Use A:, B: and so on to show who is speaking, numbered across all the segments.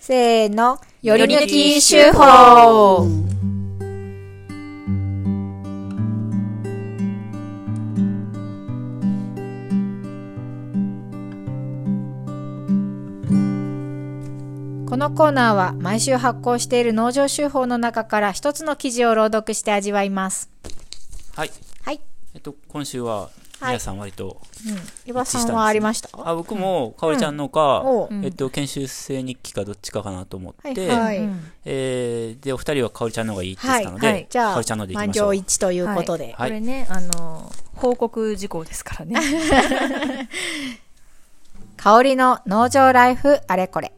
A: せーの、より
B: り
A: 抜
B: 抜
A: き
B: き
A: 手
B: 手
A: 法
B: 法
A: このコーナーは毎週発行している農場手法の中から一つの記事を朗読して味わいます。
B: はい。
A: はい。
B: えっと、今週は、
A: はい
B: 皆さん割と、
A: 伊庭さんはありました
B: あ、僕も、かおりちゃんのか、
A: おう
B: えっと、研修生日記かどっちかかなと思って、
A: はい
C: うん
B: えーで、お二人はかおりちゃんの方がいいって言っ
A: は
B: て
A: い。
B: たの
A: は
B: で
A: い、じゃ
B: かお
A: あ
B: りちゃんので、いき
A: 満
B: ましょ
A: 場
B: う。
A: 一致ということで。
B: はい
C: これね、あの報告事項ですか らね。
A: 香りの農場ライフあれこれ。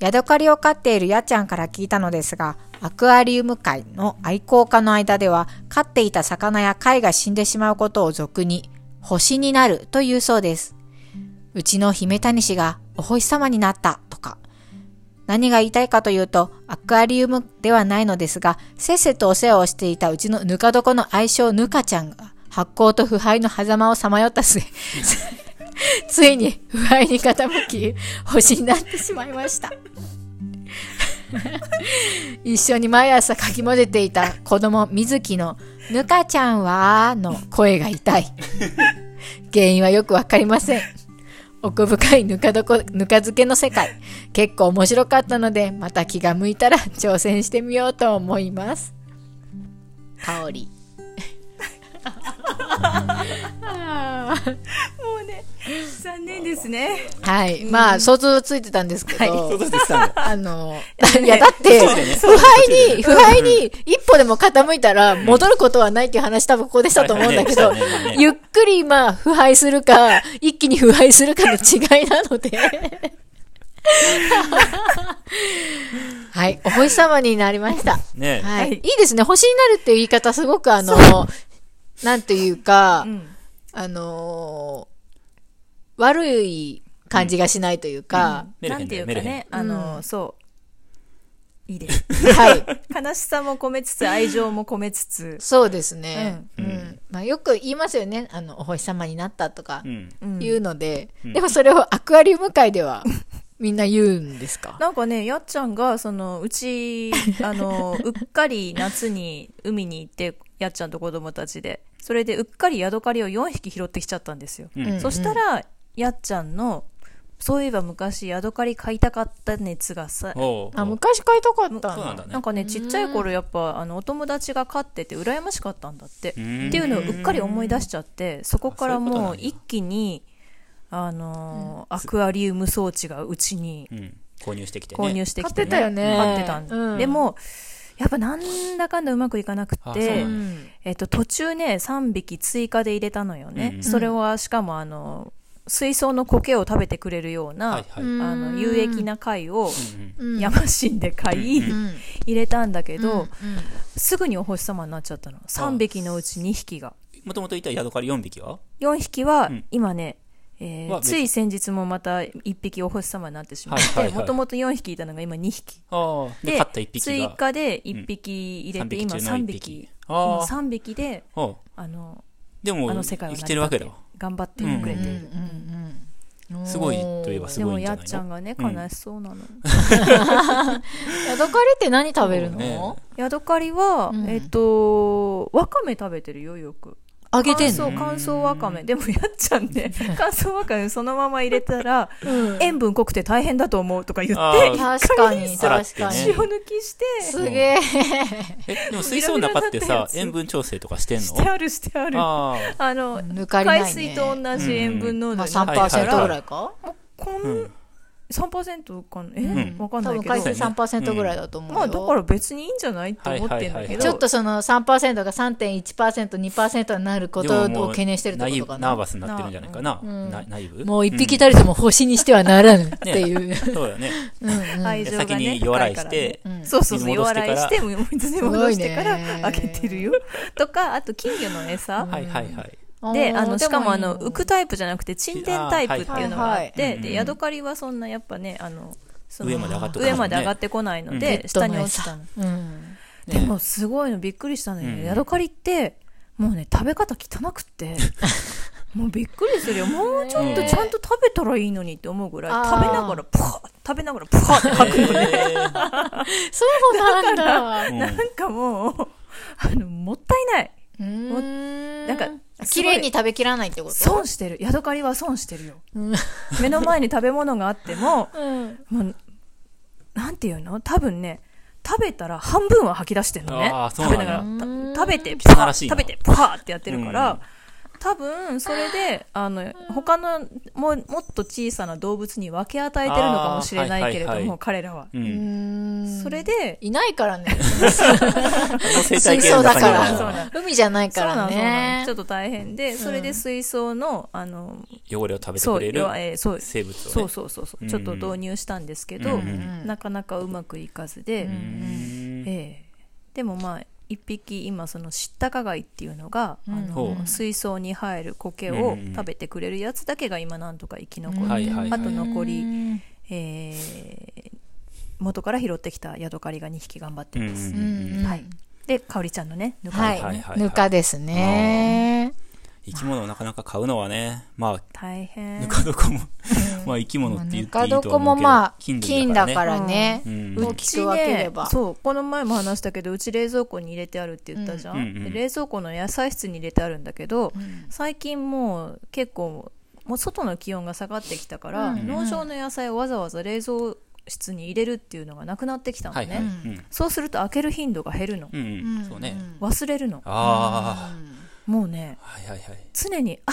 A: ヤドカリを飼っているやっちゃんから聞いたのですが、アクアリウム界の愛好家の間では、飼っていた魚や貝が死んでしまうことを俗に、星になるというそうです。うちの姫谷氏がお星様になったとか、何が言いたいかというと、アクアリウムではないのですが、せっせとお世話をしていたうちのぬか床の愛称ぬかちゃんが、発酵と腐敗の狭間をさまよった末、 ついに腐敗に傾き、星になってしまいました。 一緒に毎朝かき混ぜていた子供水木の「ぬかちゃんは?」の声が痛い原因はよくわかりません奥深いぬか床ぬか漬けの世界結構面白かったのでまた気が向いたら挑戦してみようと思います香 り
C: もうね、残念ですね。
A: はいまあ想像ついてたんですけど、
B: そうそうでしたね。
A: あの、 いや、だって、腐敗に、腐敗に、一歩でも傾いたら、戻ることはないっていう話多分ここでしたと思うんだけど
B: はいはいはい、
A: ゆっくり、まあ、腐敗するか、一気に腐敗するかの違いなので。 はい、お星様になりました。
B: ね
A: は。
C: はいい
A: いいですね。星になるっていう言い方、すごくあの、なんというか、
C: ん
A: あのー悪い感じがしないというか、
B: メル
C: な
B: ヘン
C: んて
B: だ
C: い
B: よ
C: うかね、
A: メルヘン
C: あの、そう。い いです。
A: はい。
C: 悲しさも込めつつ、愛情も込めつつ。
A: そうですね。うん。まあ、よく言いますよね。あの、お星様になったとか
B: う、ん。
C: うん
A: 言うので、でもそれをアクアリウム界では、みんな言うんですか
C: なんかね、やっちゃんが、その、うち、あの、うっかり夏に海に行って、やっちゃんと子供たちで。それで、うっかりヤドカリを4匹拾ってきちゃったんですよ。
B: うん
A: うん
C: そしたら、やっちゃんの、そういえば昔、ヤドカリ飼いたかった熱がさ、
B: おう
A: あ、昔買いたかった
B: そうなんだ
A: の。
B: ね
C: なん。かね、ちっちゃい頃やっぱ、あの、お友達が飼ってて羨ましかったんだって。
B: う
C: っ
B: ん
C: ていうのをうっかり思い出しちゃって、そこから
B: あそういうこと
C: も
B: な
C: うん
B: だ
C: 一気に、あのーアクアリウム装置がうちに
B: うん。購入してきてね。
C: 購入して
A: 買っ
C: きて、
A: てたよね。
C: 買ってたん
A: うん
C: でも、やっぱなんだかんだうまくいかなく
B: あそう
C: て
B: な
A: う、
B: ん
A: ん
C: えっと、途中ね、3匹追加で入れたのよね。
B: うんうん
C: それはしかもあの、水槽の苔を食べてくれるような、
B: はいはい。うん
C: あの、有益な貝を
A: うん
C: ヤマシンで買い、
A: うんうん
C: 入れたんだけど、
A: うん
C: すぐにお星様になっちゃったの。3匹のうち2匹が。
B: もともといたヤドカリ4匹は
C: 4匹は
B: うん
C: 今ね、えー
B: は別
C: つい先日もまた1匹お星様になってしまっ
B: はいはいは
C: て
B: い
C: もともと4匹いたのが今2匹
B: ああ。で、
C: で
B: 勝った1匹
C: 追
B: が。
C: 加で1匹入れて、
B: うん
C: 今3
B: 3
C: 匹
B: 匹
C: 今
B: あー
C: 3匹で
B: おう
C: あの
B: でも
C: あの世界を
B: 生き
C: 成
B: て
C: り
B: る
C: 立
B: わ
C: っ
B: け
C: て
B: だ
C: 頑張ってくれて
A: う
C: いる、
A: んうん
B: すごいといえばす
C: で
B: ご
C: も
B: いんじ
C: や
B: ゃ
C: っ
B: ない
C: ちゃん
B: の
C: がね
B: うん
C: 悲しそうなの、
A: ヤドカリって何食べるの
B: ね
C: ヤドカリは、
A: うん
C: えっ、とわかめ食べてるよよく
A: あげてん
C: 乾
A: の
C: 燥乾燥わかめでもやっちゃん ね乾燥わかめそのまま入れたら
A: うん
C: 塩分濃くて大変だと思うとか言っ
B: あ
C: て
B: ー
A: 確かに、
B: 洗っ
A: 確
B: てね
A: か
C: 塩
A: に。
C: 抜きして
A: すげえ。
B: えで も水槽の中って
C: ビラビラにな
B: さ
C: ったやつ
B: 塩分調整とかしてんの
C: してあるしてあるあ
B: ああ
C: の
A: 抜かりないね
C: 海水と同じ塩分濃度
A: まあ
C: になってるから
A: 3%ぐらいか
C: こん、
B: うん
C: 3%かなえ、
B: うん
C: わ
A: 多
C: かんない
A: 分
C: けど
A: 海水3%ぐらいだと思うよ。
C: まあだから別にいいんじゃないって思ってんだ
B: はいはいはい
C: け
B: はい
C: ど
A: ちょっとその3%が3.1%、2%になること
B: でも
A: を
B: もう
A: 懸念してるってことか
B: ナイ
A: な
B: ナー。バスになってるんじゃないかなな内部
A: もう一匹たりとも星にしてはならぬっていう。
B: ねそう だね
C: 愛情がね
B: 先に弱らいして
C: 高いからねそうそうそう
B: 水戻
C: 弱
B: してから
C: らいしてもう水に戻してから
A: すごいね
C: 開けてるよとかあと金魚の餌、
B: はいはいはい
C: で、あの、しかもあの、
A: う
C: 浮くタイプじゃなくて、沈殿タイプっていうのがあっ
A: あー
B: はい
C: て、
B: はい
C: で、ヤドカリはそんなやっぱね、あの、その
B: 上まで上がってこない
C: 上まで上がってこないので、下に落ちたの。
A: うん。
C: でも、すごいのびっくりしたのよね。ヤドカリって、もうね、食べ方汚くて、 もうびっくりするよ。もうちょっとちゃんと食べたらいいのにって思うぐらい、
A: あー
C: 食べながらパーッ食べながらプワッて吐くのね。
A: そうなんだ。
B: うん
C: なんかもう、あの、もったいない。
A: うーん。
C: なんか
A: 綺麗に食べきらないってこと
C: 損してる。ヤドカリは損してるよ。
A: うん。
C: 目の前に食べ物があっても、
A: うん。
C: もう、なんていうの多分ね、食べたら半分は吐き出してるのね
B: あー。そう
C: 食べ
B: なん
C: な
B: だ
C: がら。
A: うん
C: た食べて、
B: 絆
C: パー
B: らしいな
C: 食べて、パーってやってるか
B: うん
C: ら、多分、それで、あの、他のも、もっと小さな動物に分け与えてるのかもしれないけれども、
B: あーはいはいはい
C: 彼らは。
B: う。
A: うんーん
C: それで、
A: いないからね。
B: 生
A: 水
B: 態系
A: 槽
B: の
A: だ
B: 中に
A: か
C: そう
B: は
C: な
A: ら
C: ん。
A: 海じゃない
C: そ
A: か
C: うな
A: ら
C: の、そうなの
A: ね
C: ちょ。っと大変で、それで水槽の、あの、
B: 汚れを食べて
C: そ
B: く
C: う、
B: れる
C: 弱えーそう、
B: 生物をね。
C: そうそうそうそ
B: う
C: う、
B: ん
C: ちょっと導入したんですけど、
B: うんうん
C: なかなかうまくいかずで、
B: うん
C: ええでもまあ一匹今その知ったか貝っていうのが、あ
B: ほ
C: の
B: う
C: 水槽に入る苔
B: うんう
C: を
B: んうん
C: 食べてくれるやつだけが今なんとか生き残って、
B: はいはいはい
C: あと残り、
A: うん
C: ええ元から拾ってきたヤドカリが2匹頑張ってま
B: う
C: す、
B: ん
A: うん
C: はい、で香りちゃんのねぬか
A: は
B: はいはい
A: い
B: は。い
A: ぬかですね。
B: 生き物をなかなか買うのはね、まあ、
C: 大変
B: ぬか床も、まあ生き物って言
A: ぬ
B: ってい
A: か
B: いとは思うけど
A: 床もまあ、金
B: 菌
A: だ
B: だ
A: か
B: から
C: ら
A: ね
C: ね。
B: うん
A: 大きく分ければ
C: うちねそうこの前も話したけどうち冷蔵庫に入れてあるって言ったじゃん、
B: うんうんうん
C: で冷蔵庫の野菜室に入れてあるんだけど、最近もう結構もう外の気温が下がってきたから、
A: うんうん
C: 農場の野菜をわざわざ冷蔵室に入れるっていうのがなくなってきたのね、
B: はいはい。うん
C: そうすると開ける頻度が減るの
B: うんうんそうね。
C: 忘れるの
B: あ
C: もうね
B: あ、はいはいはい。
C: 常にあ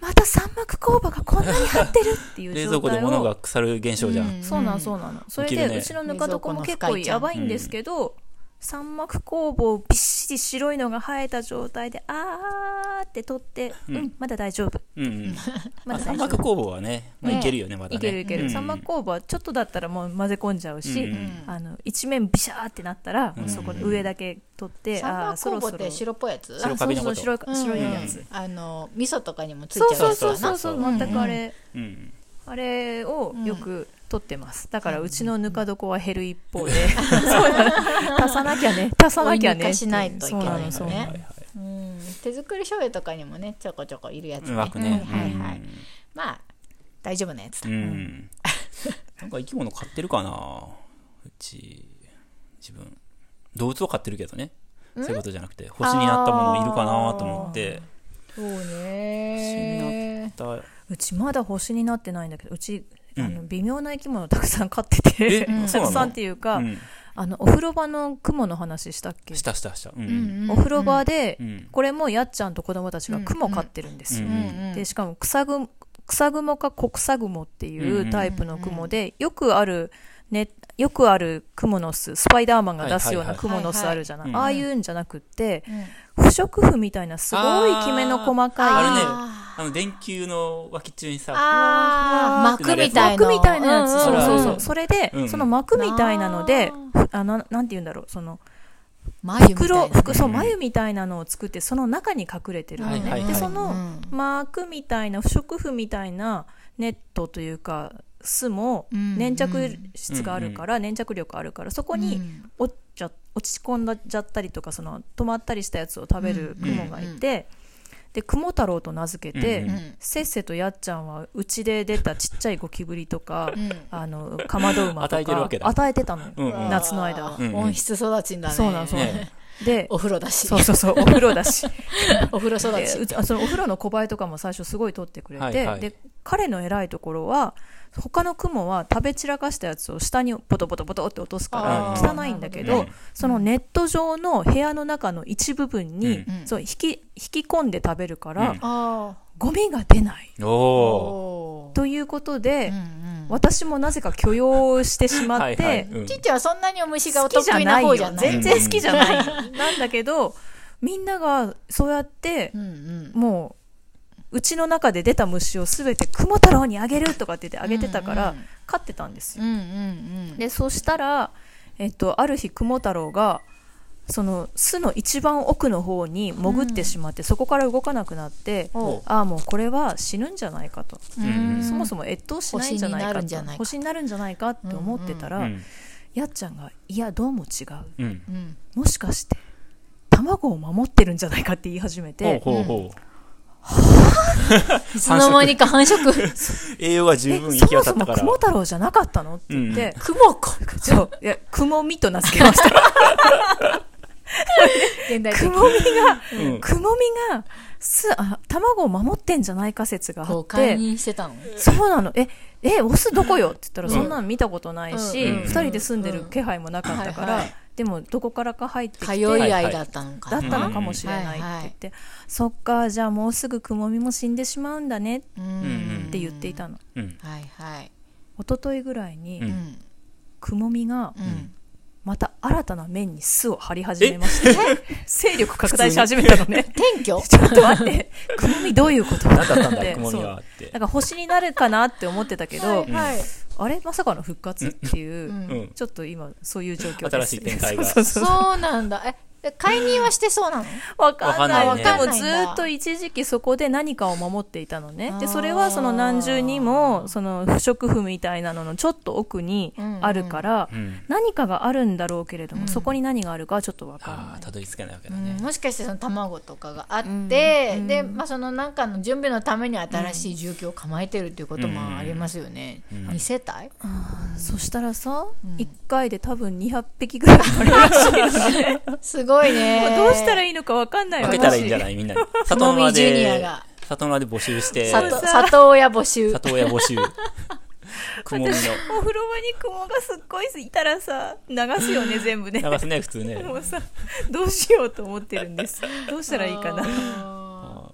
C: また三幕工場がこんなに張ってるっていう
B: 冷
C: 状態
B: 蔵
C: を
B: 庫で物が腐る現象じゃん。
C: そうなんそうなのそれ
B: いけ
C: で
B: るね
C: うちのぬか床も結構やばいんですけど三幕工房びっしり白いのが生えた状態であーって取って
B: う
C: う
B: ん
C: んまだ大丈夫
B: うんうん。ま
C: ま
B: あ、
C: だ大
B: 三
C: 丈
B: 幕
C: 夫
B: 工房はね、まあ、
A: ね
B: いけるよね、まだね。
C: いけるいけ
B: う
C: る
B: ん
C: 三幕工房はちょっとだったらもう混ぜ込んじゃうし
B: うんうん
C: あの一面ビシャーってなったらもうそこの上だけ取って
A: サン
C: あ
A: マ
C: ーそろ
A: 酵母
C: そ
A: っ
C: ろ
A: て白っぽいやつ
B: 白カビのこと
C: あそうそう白い白いやつ
A: あの、味噌とかにもつい
C: そう
A: ちゃ
C: そううそう
A: やつだ
C: そ
A: な
C: うそう
B: うん
C: 全くあれ
B: うん。
C: あれをよく取ってます。だからうちのぬか床は減る一方で、そうな 足さなきゃね、足さなきゃね。
A: 追い抜かしないといけないよね
C: そうなのそうなの
B: はいはい。
A: うん手作り醤油とかにもね、ちょこちょこいるやつ
B: う
A: ね。
B: まくね。
A: はいはいはい。まあ、大丈夫なやつだ
B: うん。う。ん。 なんか生き物飼ってるかなうち、自分。動物を飼ってるけどね。そういうことじゃなくて、星になったものいるかなと思って。
A: そう
B: ね。だ
C: うちまだ星になってないんだけど、うち、
B: うん
C: あの微妙な生き物をたくさん飼ってて、
B: えうん
C: たくさんっていうか、
B: うん。
C: あの、お風呂場の雲の話したっけ
B: したしたした。うん。
C: お風呂場で、
B: うん
C: これもやっちゃんと子供たちが雲飼ってるんですよ。
B: うん
C: でしかも草ぐ草雲か小草雲っていうタイプの雲で、よくある、ね、よくあるクモの巣スパイダーマンが出すような
B: はい
C: ク
B: はい
A: は
C: モ
A: い
C: の巣あるじゃない、
B: はいはい
C: ああいうんじゃなくって
A: ん、
C: 不織布みたいなすごいきめの細
B: あれ
C: かい
B: ね、あの、電球の脇中にさ、
A: あー、
B: うわー
A: 膜みたいな。
C: 膜みたいなやつ、
A: うん
C: そううんそう
B: あ
C: そ
B: るあ
C: う
B: る
C: それで、
B: うん
C: その膜みたいなのであななんて言うんだろうその
A: 眉みたいな
C: 袋服そう
B: うん
C: 眉みたいなのを作ってその中に隠れてるのね、
B: はいはいはい
C: でその、
A: うん
C: 膜みたいな不織布みたいなネットというか巣も
A: うん
C: 粘着質があるから、粘着力あるからそこ
A: う
C: に
A: ん
C: 落ちちゃ落ち込んだちゃったりとかその止まったりしたやつを食べるクモがいて、でクモ太郎と名付けて、
B: うんうん
C: せっせとやっちゃんはうちで出たちっちゃいゴキブリとか、
A: ん
C: あのかまど馬
B: 与
C: とか
B: えてるわけだ
C: 与えてたのよ、
B: うんうん
C: 夏の間は。
B: うんうん
A: 温室育ちんだね。
C: そうなんそうなん、
B: ね
C: で
A: お風呂だし。
C: そうそうそうお風呂だし
A: お風呂
C: で
A: 育ち。
C: うちあそのお風呂の小映えとかも最初すごい取ってくれて、
B: はいはい
C: で彼の偉いところは他の雲は食べ散らかしたやつを下にポトポトポトって落とすか
B: あ
C: ら
B: ー
C: 汚いんだけ
B: なる
C: ど
B: ほどね
C: そのネット上の部屋の中の一部分に、
B: うん
C: そう引き引き込んで食べるから、
B: うん
A: あ
C: ゴミが出ない
A: あ。
B: おー。
A: おー
C: ということで、
A: うんうん
C: 私もなぜか許容してしまって。
B: はいはい。うん
A: ちっちゃんはそんなにお虫がお
C: 好き
A: 得
C: じゃ
A: 意
C: な
A: ない
C: よ
A: 方じゃない。
C: 全然好きじゃないなんだけどみんながそうやって、
A: うんうん。
C: もう、うちの中で出た虫をすべて雲太郎にあげるとかって言ってあげてたから、
A: うんうん
C: 飼ってたんです
A: う
C: よ。
A: んうん
C: で、そしたら、えっと、ある日雲太郎が、その巣の一番奥の方に潜ってしまって、そこから動かなくなって、
A: お
C: ああ、もうこれは死ぬんじゃないかと。
A: うん。
B: うん
C: そも
A: そ
C: そも越冬しないんじゃな
A: 星に
C: い
A: な
C: か
A: る
C: と
A: んじゃないか
C: 星になるんじゃないかって思ってたら、
B: うん。
C: やっちゃんが、いや、どうも違う。
B: うん。
A: も。うん。
C: もしかして、卵を守ってるんじゃないかって言い始め
B: ほう
C: て、
B: ほうほう。
D: いつの間にか繁 殖。
B: 栄養が十
C: え
B: 分行
C: そ
B: き
C: も
B: 渡
C: そ
B: った
C: も
B: から
C: 雲太郎じゃなかったのって言って、
D: 雲子。
C: そういや雲見と名付けました
A: 現代的
C: 雲見が
B: うん
C: 雲見がすあ卵を守ってんじゃないか説があ
D: こう
C: っ
D: 介
C: て
D: 入してたの。
C: そうなのええオスどこよって言ったら
B: うん
C: そんなの見たことないし、
B: うん
C: 二人で住んでる気配もなかったから、
D: うんはいはい
C: でもどこからか入ってき
D: 通
C: て
D: い合いだったの
C: だ
D: か
C: っ
D: な。
C: たのかもしれないって言って、そっかじゃあもうすぐくもみも死んでしまうんだねっ
D: うん
C: て言っていたの、
B: うん
D: はいはい。
C: 一昨日ぐらいに、
B: う
D: うんん。
C: くもみが
D: うん。
C: また新たな面に巣を張り始めまして勢力拡大し始めたのね
D: 転居
C: ちょっと待ってくもみどういうこと
B: 何だったんだ
C: て
B: 雲見
C: そう
B: はって
C: なんか星になるかなって思ってたけど、
A: はいはい
C: あれまさかの復活っていう、
A: うん
B: うん
C: ちょっと今そういう状況で
B: 新
C: す
B: しい展開が
C: そうそうそう
A: そうなんだえで介入はしてそうなの
C: わかんない
B: わかんないね
C: でもずっと一時期そこで何かを守っていたのね
A: あー
C: でそれはその何重にもその不織布みたいなののちょっと奥にあるから、
B: うん
C: 何かがあるんだろうけれども、
A: うん
C: そこに何があるかはちょっとわかん
B: あ
C: な
B: あ
C: い
B: たどり着けないわけ
A: う
B: だ
A: ん
B: ね
A: もしかしてその卵とかがあって、
C: うん
A: で、
C: うん
A: まあ、そのなんかの準備のために新しい住居を構えてるっていうこと
B: うん
A: もありますよね、
B: うん
A: 2世帯、
C: そしたらさ、
A: うん
C: 一1回で多分200匹ぐらいあるら しいのね
A: すごいね
C: どうしたら
A: いい
C: いいのかわかんない
B: 分
C: わ
B: けたらいいんじゃないみんなに里
A: もみ
B: 山
A: ジュニア
B: で
A: が
B: 里山で募集して
A: 里
B: 里
A: 里親募集
B: 親募集雲見の
C: 私お風呂場に雲がすっごいいたらさ流すよね全部ね
B: 流すね普通ね
C: もうさどうしようと思ってるんですどうしたらいいか
A: な
C: な
B: あ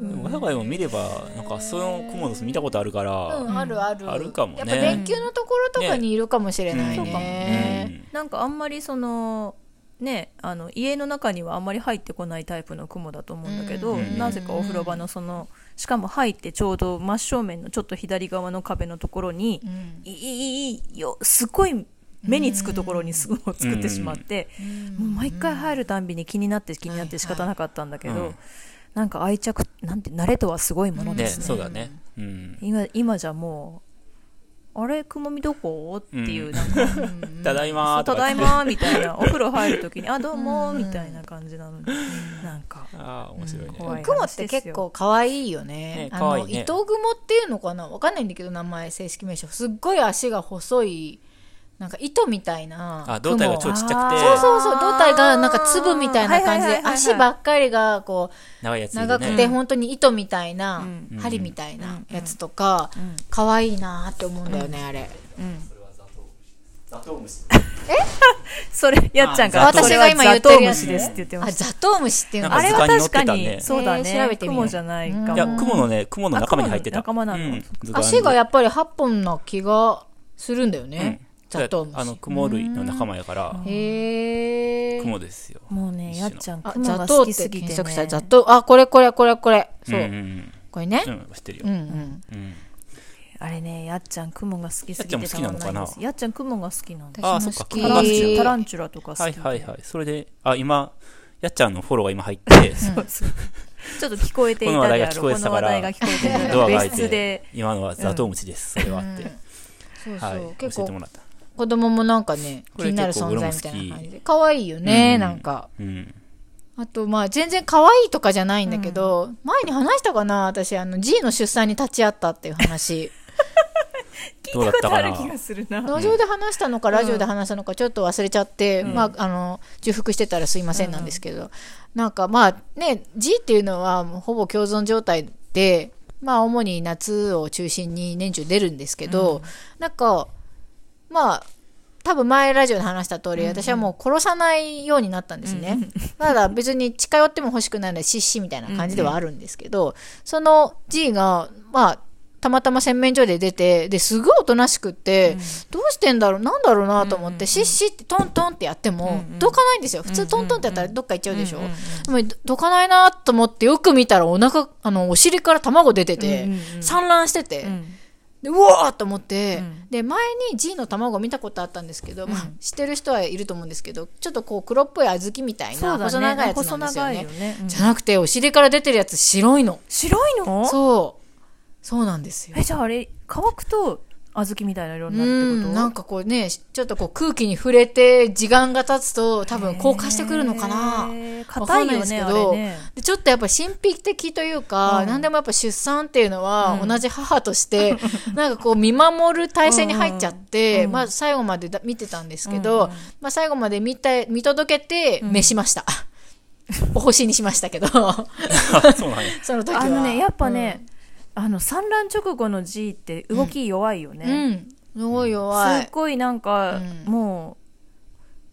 B: ーでも我が家も見ればなんかその雲の巣見たことあるから、
A: うん、あるある
B: あるかもね
A: やっぱ連休のところとかにいるかもしれないね
B: ね
C: なんかあんまりそのねあの家の中にはあんまり入ってこないタイプの雲だと思うんだけど、
B: うん
C: なぜかお風呂場のそのしかも入ってちょうど真正面のちょっと左側の壁のところに、
A: うん
C: いいいいよすごい目につくところに巣を作ってしまって、もう毎回入るたんびに気になって気になって仕方なかったんだけど、
B: はいはいうん
C: なんか愛着なんて慣れとはすごいもの
B: ね
C: ですね
B: そうだねうん
C: 今今じゃもう「あれくもみどこ?」っていううんなんか
B: ただいま
C: そ
B: ー
C: う
B: と
C: た
B: か
C: だ
B: 言
C: い
B: って
C: ま」みたいな「お風呂入るときに「あどうも」みたいな感じなのになんか
B: ああ面白いね
C: うん怖い
A: 雲って結構可愛いよね
B: ね
A: あ
B: 可愛
A: の
B: いね
A: 糸雲っていうのかなわかんないんだけど名前正式名称すっごい足が細いなんか糸みたいな
B: あ胴体が超ちっちゃく
C: あ
B: て
C: ー
A: そうそうそう胴体がなんか粒みたいな感じ
C: はい
A: で
C: はいはいはい
A: 足ばっかりがこ
B: 長いやつ
A: う
B: いる
A: 長く
B: ね
A: て本当に糸みたいな
C: うん
A: 針みたいなやつとか可愛いなーって思うんだよねあれ
C: それやっちゃんが
B: あザトウ
A: 私
C: それ
A: が
C: は
A: 今言ってるや
C: ザト
A: つ
C: ウムシですって言ってま
A: あ
C: した
A: ザトウムシっていうの
B: な
C: あ
B: ん
C: れ
B: か
C: は確か
B: 図鑑に載ってたね
C: にそうだ
A: えー調べ
C: ね
A: てみよう
C: 雲じゃないか
B: いや
C: も
B: 雲のね雲の中身に入ってた
C: あ雲の仲間なの
B: うん図鑑に
A: 足がやっぱり8本な気がするんだよ
B: う
A: ね
B: ん
A: ザトウム
B: あの
A: シ
B: 雲類の仲間やから
A: へえ
B: 雲ですよ
C: もうねやっちゃん
A: あ、
C: 雲
A: ザ
C: が
A: トウ
C: 好
A: っ
C: きす
A: て
C: ぎて
A: 検
C: ね
A: 索したら、ザトウ、あ、これこれこれこれ。そう。
B: んん
A: これね
B: う。んうん知ってる
A: うん
B: よ
A: うん。
B: うん
C: あれねやっちゃん雲が好きすぎ
B: やってちゃ
C: た
B: んも好きな
C: まんない
B: のか
C: ん
B: な
C: ですやっちゃん雲が好きなの
B: あー
A: 私も好き。
B: そ
C: タ
B: っか
C: ランチュ
B: えー
C: ラタランチュラとか好き
B: はい
C: で
B: はいはいそれであ今やっちゃんのフォローが今入って
C: そうそうちょっと聞こえていたであろう
B: こ
C: こ
B: の話題が聞こえてた
C: の
B: から
C: 話題が聞こえてた
B: ドア
C: か
B: が
C: ら
B: 開い
C: 別室
B: て
C: で
B: 今のはザトウムシですそれはあって
A: そう
B: は
A: そう。
B: い
A: 結
B: 教え
A: 構
B: てもらった
A: 子供もなんかね、
B: こ
A: 気
B: れ
A: になる
B: 結構
A: 存在みたいな
B: 俺も
A: 感
B: 好
A: じ
B: き
A: で。可愛いよね、
B: うん
A: なんか。
B: うん
A: あと、まあ、全然可愛いとかじゃないんだけど、前に話したかな私、あの、G の出産に立ち会ったっていう話。
B: どうだったかな
C: 聞いたことある気がするな
A: 路上で話したのか、ラジオで話したのか、ちょっと忘れちゃって、まあ、あの、重複してたらすいませんなんですけど、なんかまあ、ね、G っていうのは、ほぼ共存状態で、まあ、主に夏を中心に年中出るんですけど、なんか、まあ、多分前ラジオで話した通り、私はもう殺さないようになったんですね。ただ別に近寄っても欲しくないので、シッシみたいな感じではあるんですけど、その G が、まあ、たまたま洗面所で出て、で、すごいおとなしくって、どうしてんだろう、なんだろうなと思って、シッシってトントンってやっても、どかないんですよ。普通トントンってやったらどっか行っちゃうでしょ。でも、どどかないなと思って、よく見たらお腹、あの、お尻から卵出てて、
C: うんうんうん
A: 産卵してて、でうわーと思って、で前に G の卵見たことあったんですけど、まあ、知ってる人はいると思うんですけどちょっとこう黒っぽい小豆みたいな、細長いやつなんですよねじゃなくてお尻から出てるやつ白いの
C: 白いの
A: そうそうなんですよ
C: えじゃああれ乾くと小豆みたいな色に
A: う
C: なるってこと
A: ん、なんかこうね、ちょっとこう空気に触れて時間が経つと多分硬化してくるのかな。
C: へー
A: わか
C: 硬
A: ん
C: い
A: ない
C: よ
A: ですけ
C: ね
A: ど
C: あれね
A: でちょっとやっぱ神秘的というか、
C: うん
A: 何でもやっぱ出産っていうのは同じ母として、 なんかこう見守る体制に入っちゃって、まあ最後までだ見てたんですけど、まあ最後まで見た、見届けて、召しました。 お星にしましたけど、
B: あ そうなんや。
A: その時は。
C: あのねやっぱね、あの産卵直後の G って動き弱いよね、
A: うん、すごい弱
C: すっ
A: い。
C: ごいなんか、
A: うん
C: も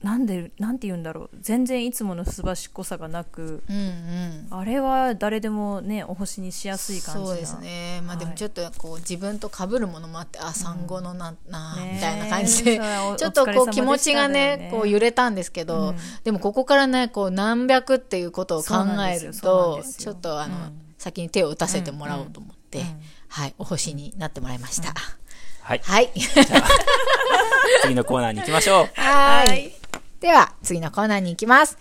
C: うなんでなんて言うんだろう全然いつものすばしっこさがなく
A: うんうん。
C: あれは誰でもねお星にしやすい感じな
A: そうですねまあでも
C: はい
A: ちょっとこう自分と被るものもあってあ産後のなんな
C: ねえ
A: みたいな感じで、
C: それはお
A: ちょっと
C: お疲れ
A: こ
C: 様
A: う
C: でした
A: 気持ちがね
C: だよね
A: こう揺れたんですけど、
C: うん
A: でもここからねこう何百っていうことを考
C: そうなん
A: え
C: です
A: る
C: よそうなん
A: と
C: ですよ
A: ちょっとあの、
C: うん
A: 先に手を打たせてもらおうと思って、
C: うんうん
A: はいお星になってもらいました、
B: はい。
A: はい
B: 次のコーナーに行きましょう。
A: はいでは次のコーナーに行きます